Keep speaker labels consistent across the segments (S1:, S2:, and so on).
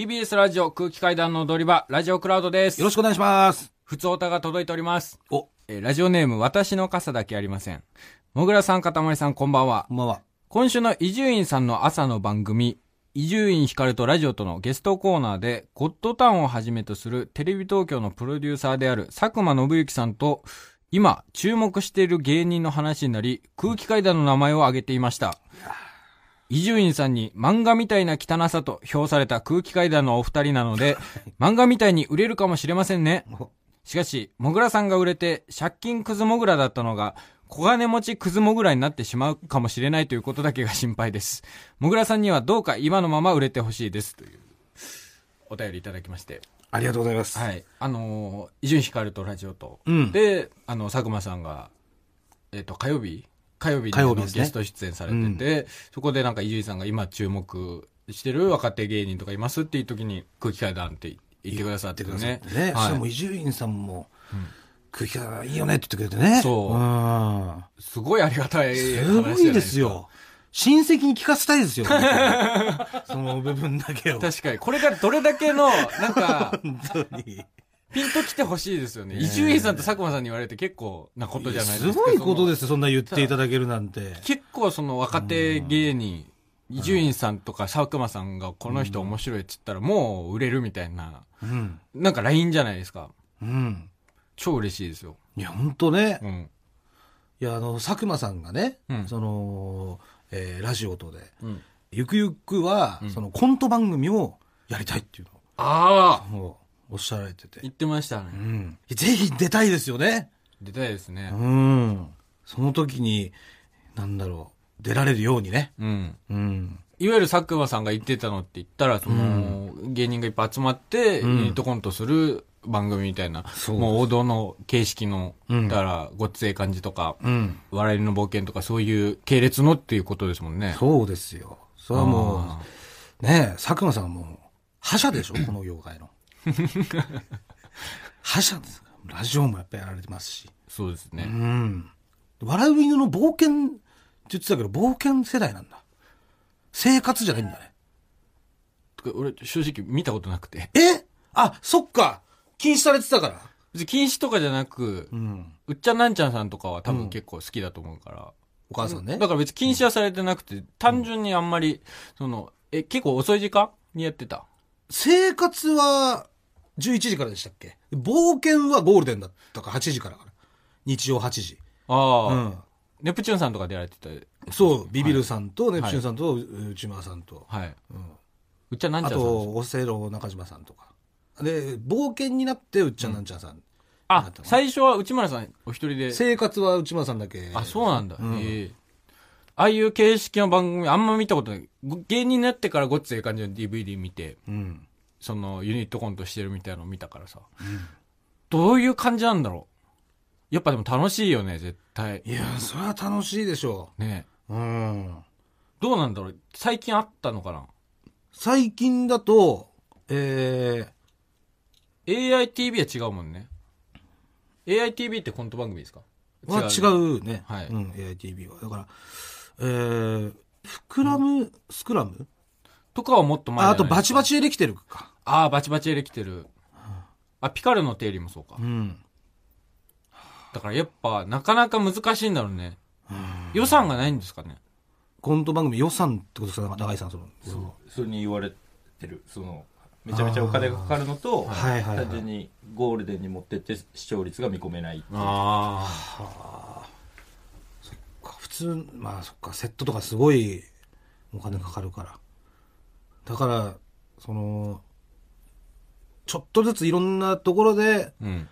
S1: TBS ラジオ空気階段の踊り場、ラジオクラウドです。
S2: よろしくお願いします。
S1: ふつおたが届いております。
S2: お、こ
S1: えーラジオネーム、私の傘だけありません。もぐらさん、かたまりさん、こんばんは。
S2: んばんは。
S1: 今週の伊集院さんの朝の番組、伊集院光とラジオとのゲストコーナーで、ゴッドタウンをはじめとするテレビ東京のプロデューサーである佐久間信之さんと、今、注目している芸人の話になり、空気階段の名前を挙げていました。伊集院さんに漫画みたいな汚さと評された空気階段のお二人なので、漫画みたいに売れるかもしれませんね。しかし、もぐらさんが売れて借金クズもぐらだったのが、小金持ちクズもぐらになってしまうかもしれないということだけが心配です。もぐらさんにはどうか今のまま売れてほしいです。という、お便りいただきまして。
S2: ありがとうございます。
S1: はい。あのー伊集院光とラジオと。
S2: うん
S1: で、あの、佐久間さんが、えっ、と、火曜日火曜日に
S2: 火曜
S1: あ
S2: 日
S1: の
S2: ですね
S1: ゲスト出演されてて、そこでなんか伊集院さんが今注目してる若手芸人とかいますっていう時に空気階段って言ってくださってね。
S2: くださってね。
S1: はい
S2: それも伊集院さんも、空気がいいよねって言ってくれてね。
S1: そう
S2: うん。
S1: すごいありがたい話じゃ
S2: す
S1: な
S2: ご
S1: か
S2: いです。よ。親戚に聞かせたいですよ。本当にその部分だけを。
S1: 確かに。これがどれだ けの、なんか、
S2: 本当に。
S1: ピンときてほしいですよね。伊集院さんと佐久間さんに言われて結構なことじゃないです
S2: す
S1: か。。
S2: ごいことですすよ、そんな言っていただけるなんて。
S1: 結構その若手芸人、伊集院さんとか佐久間さんがこの人面白いっつったらもう売れるみたいな、
S2: うん。
S1: なんか LINE じゃないですか。
S2: うん。
S1: 超嬉しいですよ。
S2: いや、本当ね
S1: う。ん。
S2: いや、あの、佐久間さんがね
S1: う、ん
S2: その、えーラジオとで、
S1: うん。
S2: ゆくゆくは、そのコント番組をやりたいっていう
S1: ああ
S2: のをおっしゃられてて。
S1: 言ってましたね。
S2: うん。ぜひ出たいですよね。
S1: 出たいですね
S2: う。ん。その時に、なんだろう、出られるようにね。
S1: うん。
S2: うん。
S1: いわゆる佐久間さんが言ってたのって言ったら、その、芸人がいっぱい集まって、ユニットコントする番組みたいな、
S2: そうです
S1: もう王道の形式の、
S2: うん
S1: だから、ごっつええ感じとか、
S2: うん。
S1: 笑いの冒険とか、そういう系列のっていうことですもんね。
S2: そうですよ。それはもう、ねえ、佐久間さんはもう、覇者でしょ、この業界の。覇者です。ラジオもやっぱりやられてますし。
S1: そうです
S2: う
S1: ね。
S2: ん。笑う犬の冒険って言ってたけど、冒険世代なんだ。生活じゃないんだね。
S1: 俺、正直見たことなくて。
S2: えあ、そっか禁止されてたから。
S1: 別に禁止とかじゃなく
S2: う、ん。
S1: うっちゃんなんちゃんさんとかは多分結構好きだと思うから。
S2: お母さんね。
S1: だから別に禁止はされてなくて、単純にあんまり、その、え、結構遅い時間にやってた。
S2: 生活は11時からでしたっけ冒険はゴールデンだったから8時からかな日曜8時、
S1: ああ、
S2: うん、
S1: ネプチューンさんとかでやられてた。
S2: そうビビるさんとネプチューンさんと内村さんと、
S1: はい。
S2: うん
S1: うっちゃなんちゃ
S2: あ
S1: んさんでしょ。
S2: とオセロ中島さんとかで冒険になってうっちゃんなんちゃんさん、
S1: あ、最初は内村さんお一人で。
S2: 生活は内村さんだけ
S1: あ、そうなんだ。
S2: ん
S1: ええああいう形式の番組あんま見たことない。ご芸人になってからごっつええ感じの DVD 見て、
S2: うん
S1: そのユニットコントしてるみたいなの見たからさ。どういう感じなんだろう。やっぱでも楽しいよね、絶対。
S2: いやそれは楽しいでしょ
S1: ねえ
S2: う、うん、
S1: どうなんだろう。最近あったのかな
S2: 最近だとえー
S1: ?AITV は違うもんね。AITV ってコント番組ですか
S2: は違うね。
S1: はい
S2: うん、AITV は。だから、えー、フクラム、スクラム
S1: とかはもっと前じゃ
S2: ああ
S1: ないで
S2: と、
S1: すか
S2: バチバチエレキテルか。
S1: ああ、バチバチで来てる。あ、ピカルの定理もそうか
S2: う。ん。
S1: だからやっぱ、なかなか難しいんだろうね。予算がないんですかね。
S2: コント番組予算ってことですか、長井さん、その。そう。
S3: それに言われてるそのめちゃめちゃお金がかかるのと、
S2: あーはいはいはい
S3: 単純にゴールデンに持ってって視聴率が見込めないっていう
S1: あ
S2: 普通、まあ、そっか、セットとかすごいお金かかるから。だから、その、ちょっとずついろんなところで、
S1: あ。うん。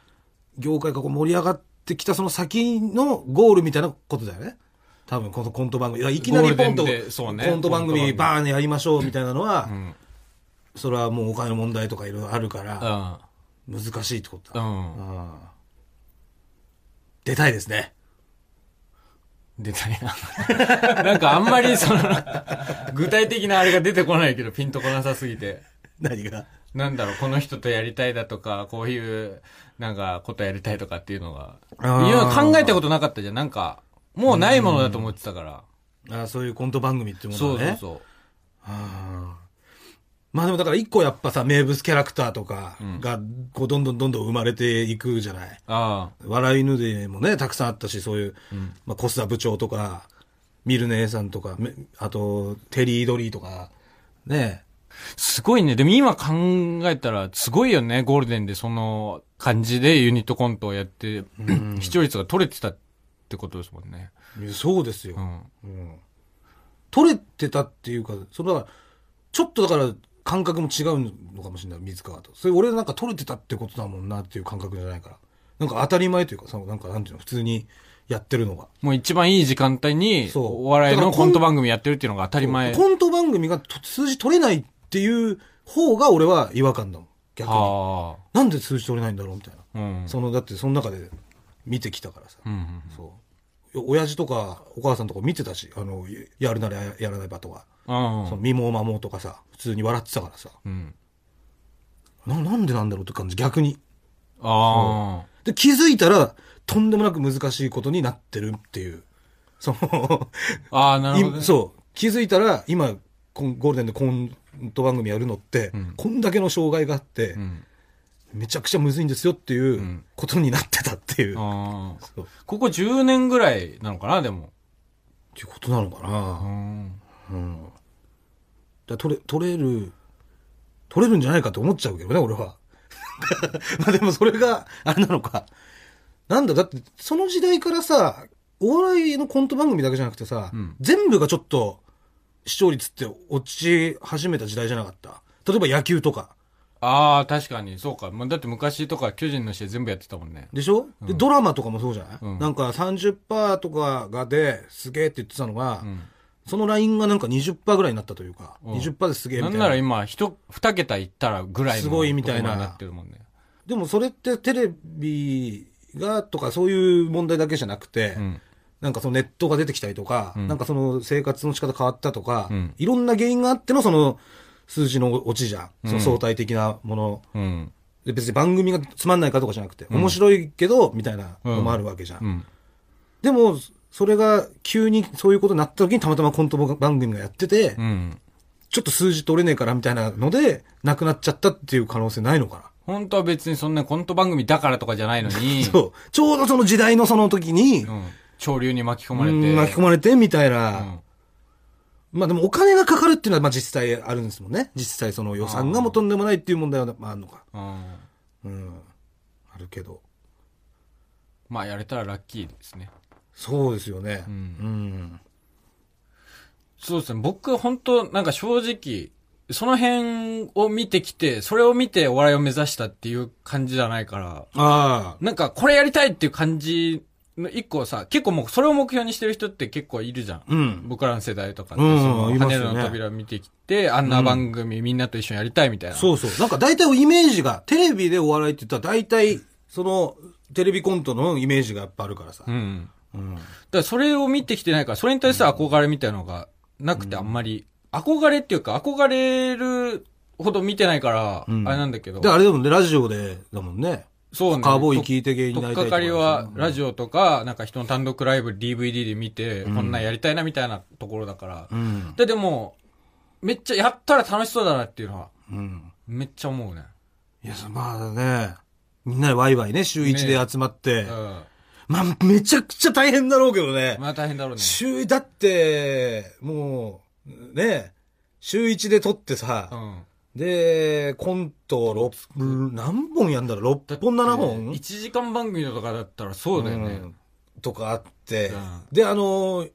S2: 業界がこう盛り上がってきたその先のゴールみたいなことだよね。多分このコント番組。いやいきなりポンと、
S1: ゴールデンでそうね
S2: コント番
S1: コン
S2: 組
S1: ト番
S2: バーンやりましょうみたいなのは、
S1: ん
S2: それはもうお金の問題とかいろいろあるか
S1: う
S2: ら、
S1: ん。
S2: 難しいってこと
S1: う
S2: だ、
S1: ん。
S2: うん出たいですね。
S1: 出たいな。 なんかあんまりその、具体的なあれが出てこないけど、ピンとこなさすぎて。
S2: 何が。
S1: なんだろう、この人とやりたいだとか、こういう、なんか、ことやりたいとかっていうのが。
S2: あー
S1: いや、考えたことなかったじゃん。なんか、もうないものだと思ってたから。
S2: あそういうコント番組ってもの
S1: そう
S2: は
S1: そ
S2: ね。
S1: うそう。
S2: うんまあでもだから一個やっぱさ、名物キャラクターとかが、こう、どんどんどんどん生まれていくじゃない。
S1: あ
S2: 笑い犬でもね、たくさんあったし、そういう、まあ、コスダ部長とか、ミルネさんとか、めあと、テリー・ドリーとか、ね。
S1: あ。すごいね。でも今考えたら、すごいよね。ゴールデンでその感じでユニットコントをやって、視聴率が取れてたってことですもんね。
S2: そうですよ
S1: う。ん。
S2: うん取れてたっていうか、そのだから、ちょっとだから感覚も違うのかもしれない、水川と。それ俺なんか取れてたってことだもんなっていう感覚じゃないから。なんか当たり前というか、そのなんかなんていうの、普通にやってるのが。
S1: もう一番いい時間帯に、
S2: そう
S1: お笑いのコント番組やってるっていうのが当たり前。
S2: コント番組がと数字取れないっていう方が俺は違和感だもん。逆に。
S1: あ
S2: なんで数字取れないんだろうみたいな。
S1: あ。うん。
S2: その、だってその中で見てきたからさ。
S1: うんうん。
S2: そう。よ親父とかお母さんとか見てたし、あの、やるならやらないばとか。
S1: あ
S2: その身も守もうとかさ、普通に笑ってたからさ、
S1: あ。うん。
S2: ななんでなんだろうって感じ、逆に。
S1: ああ。
S2: で、気づいたら、とんでもなく難しいことになってるっていう。その、
S1: ああ、なるほど、
S2: い
S1: ね。
S2: そう。気づいたら、今、こんゴールデンでコント番組やるのって、
S1: うん
S2: こんだけの障害があって、
S1: うん。
S2: めちゃくちゃむずいんですよっていうんことになってたっていう。
S1: ああ。
S2: そう。っ
S1: ここ10年ぐらいなのかな、でも。
S2: ていうことなのか
S1: う
S2: な。
S1: ん。
S2: うん。だから取れ、取れる、取れるんじゃないかって思っちゃうけどね、俺は。 まあでもそれが、あれなのか。なんだ、だって、その時代からさ、お笑いのコント番組だけじゃなくてさ、
S1: うん
S2: 全部がちょっと、視聴率って落ち始めた時代じゃなかった。例えば野球とか。
S1: ああ、確かに、そうか。まあだって昔とか巨人の試合全部やってたもんね。
S2: でしょ、で、ドラマとかもそうじゃない、
S1: うん
S2: なんか30%とかがですげえって言ってたのが、
S1: うん。
S2: そのラインがなんか20%ぐらいになったというか、
S1: うん
S2: 20%ですげえみ
S1: な
S2: たい
S1: ん
S2: な。
S1: なら今、ひと、二桁いったらぐらいの。
S2: すごいみたい
S1: と
S2: な
S1: ころになってるもんね。
S2: でもそれってテレビがとかそういう問題だけじゃなくて、
S1: うん。
S2: なんかそのネットが出てきたりとか、
S1: うん
S2: なんかその生活の仕方変わったとか、
S1: うん
S2: いろんな原因があってのその数字の落ちじゃん。
S1: うん
S2: その相対的なもの。
S1: うん。
S2: で別に番組がつまんないかとかじゃなくて、面白いけど、みたいなのもあるわけじゃん。
S1: うん。
S2: でも、それが急にそういうことになった時にたまたまコント番組がやってて、
S1: うん。
S2: ちょっと数字取れねえからみたいなので、なくなっちゃったっていう可能性ないのかな。
S1: 本当は別にそんなコント番組だからとかじゃないのに、
S2: そう。ちょうどその時代のその時に、
S1: うん。潮流に巻き込まれて。
S2: うん巻き込まれてみたいうな、
S1: ん
S2: まあでもお金がかかるっていうのはまあ実際あるんですもんね実際その予算がもうとんでもないっていう問題はまああるのか
S1: うん。
S2: うんあるけど
S1: まあ、やれたらラッキーですね。
S2: そうですよね
S1: う
S2: うんん、
S1: そうですね。僕、本当なんか正直、その辺を見てきて、それを見てお笑いを目指したっていう感じじゃないから、
S2: ああ
S1: なんかこれやりたいっていう感じの一個さ、結構もうそれを目標にしてる人って結構いるじゃん。
S2: うん
S1: 僕らの世代とかって、
S2: うん
S1: その、
S2: い
S1: パ
S2: ます
S1: ネ
S2: よね
S1: ルの扉見てきて、あんな番組みんなと一緒にやりたいみたいな。
S2: そうそうなんか大体イメージがテレビでお笑いって言ったら大体そのテレビコントのイメージがやっぱあるからさ
S1: う。ん。
S2: うん。
S1: だからそれを見てきてないから、それに対する憧れみたいなのがなくてあんまり、憧れっていうか、憧れるほど見てないから、
S2: うん
S1: あれなんだけど。
S2: で、あれでもね、ラジオで、だもんね。
S1: そうね。
S2: カーボーイ聞いて芸人
S1: と
S2: にな
S1: っ
S2: りたい
S1: か
S2: と
S1: かりは、ラ
S2: オ。
S1: ジオとか、なんか人の単独ライブ、DVD で見て、こんなんやりたいなみたいなところだから。
S2: うん。
S1: で、でも、めっちゃやったら楽しそうだなっていうのは、
S2: うん。
S1: めっちゃ思うね。
S2: いや、そまあね、みんなでワイワイね、週一で集まって、
S1: うん。
S2: まあ、めちゃくちゃ大変だろうけどね。
S1: まあ大変だろうね。
S2: 週一だって、もう、ね、週一で撮ってさ、
S1: うん。
S2: で、コント6、何本やんだろ ?6 本7本
S1: ?1 時間番組とかだったらそうだよね。
S2: んとかあって、
S1: うん
S2: で、あのー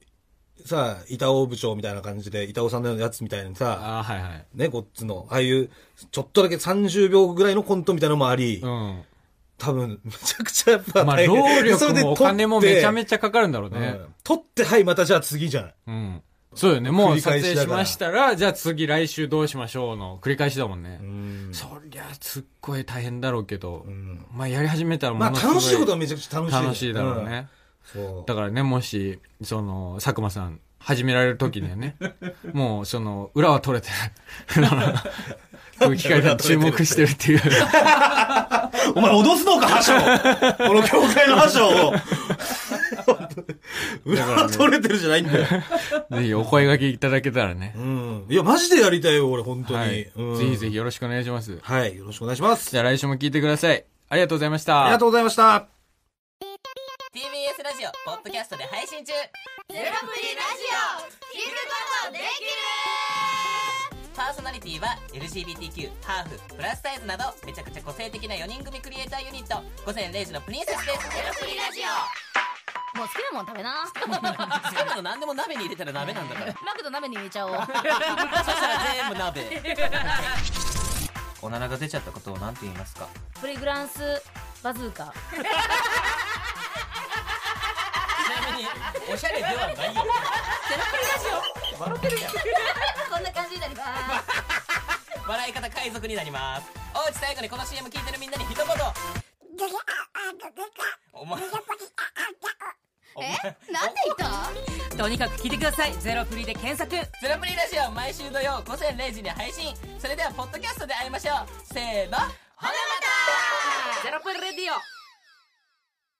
S2: さあ、板尾部長みたいな感じで、板尾さんのやつみたいにさ、
S1: ああ、はいはい。
S2: ね、こっちの、ああいう、ちょっとだけ30秒ぐらいのコントみたいなのもあり、
S1: うん。
S2: 多分、めちゃくちゃやっぱ
S1: まあ、
S2: 大
S1: 労
S2: 変、
S1: 力もお金もめちゃ
S2: ち
S1: めちゃかかるんだろう
S2: ゃ
S1: ね。
S2: 取って、はい、またじゃあ次じゃない。
S1: うん。そうよね。も
S2: 繰
S1: う
S2: り
S1: 撮
S2: 返
S1: 影
S2: しだ
S1: し
S2: から
S1: ましたら、じゃあ次来週どうしましょうの繰り返しだもんね。
S2: うん
S1: そりゃ、すっごい大変だろうけど、
S2: ん
S1: まあ、やり始めたらも
S2: まあ
S1: のすご
S2: 楽しいことはめちゃくちゃ楽しい。
S1: 楽しいだろうね。
S2: うん。そう。
S1: だからね、もし、その、佐久間さん、始められる時にはね、もう、その、裏は取れてる。空気階段注目してるっていう。
S2: お前脅すのか、覇者をこの教会の覇者を裏は取れてるじゃないんだよ。
S1: ぜひお声掛けいただけたらね。
S2: うん。いや、マジでやりたいよ、俺、本当に。
S1: はい。ぜ
S2: うん
S1: ひぜひよろしくお願いします。
S2: はい。よろしくお願いします。
S1: じゃあ来週も聞いてください。ありがとうございました。
S2: ありがとうございました。
S4: TBS ラジオポッドキャストで配信中ゼロプリラジオ聞くことできるパーソナリティは LGBTQ ハーフプラスサイズなどめちゃくちゃ個性的な4人組クリエイターユニット午前0時のプリンセスですゼロプリラジオ
S5: もう好きなもん食べな。
S4: 好きなの何でも鍋に入れたら鍋なんだから
S5: マクド鍋に入れちゃ おう。
S4: そしたら全部鍋おならが出ちゃったことを何て言いますか
S5: プリグランスバズーカ。
S4: ちなみにおしゃれではないよ
S5: こんな感じになります。
S4: 笑い方海賊になりますおうち最後にこの CM 聞いてるみんなに一言お前お前
S5: なんで言った
S6: とにかく聞いてくださいゼロプリで検索
S4: ゼロプリラジオ毎週土曜午前0時に配信それではポッドキャストで会いましょうせーのほなまた
S6: ゼロプリレディオ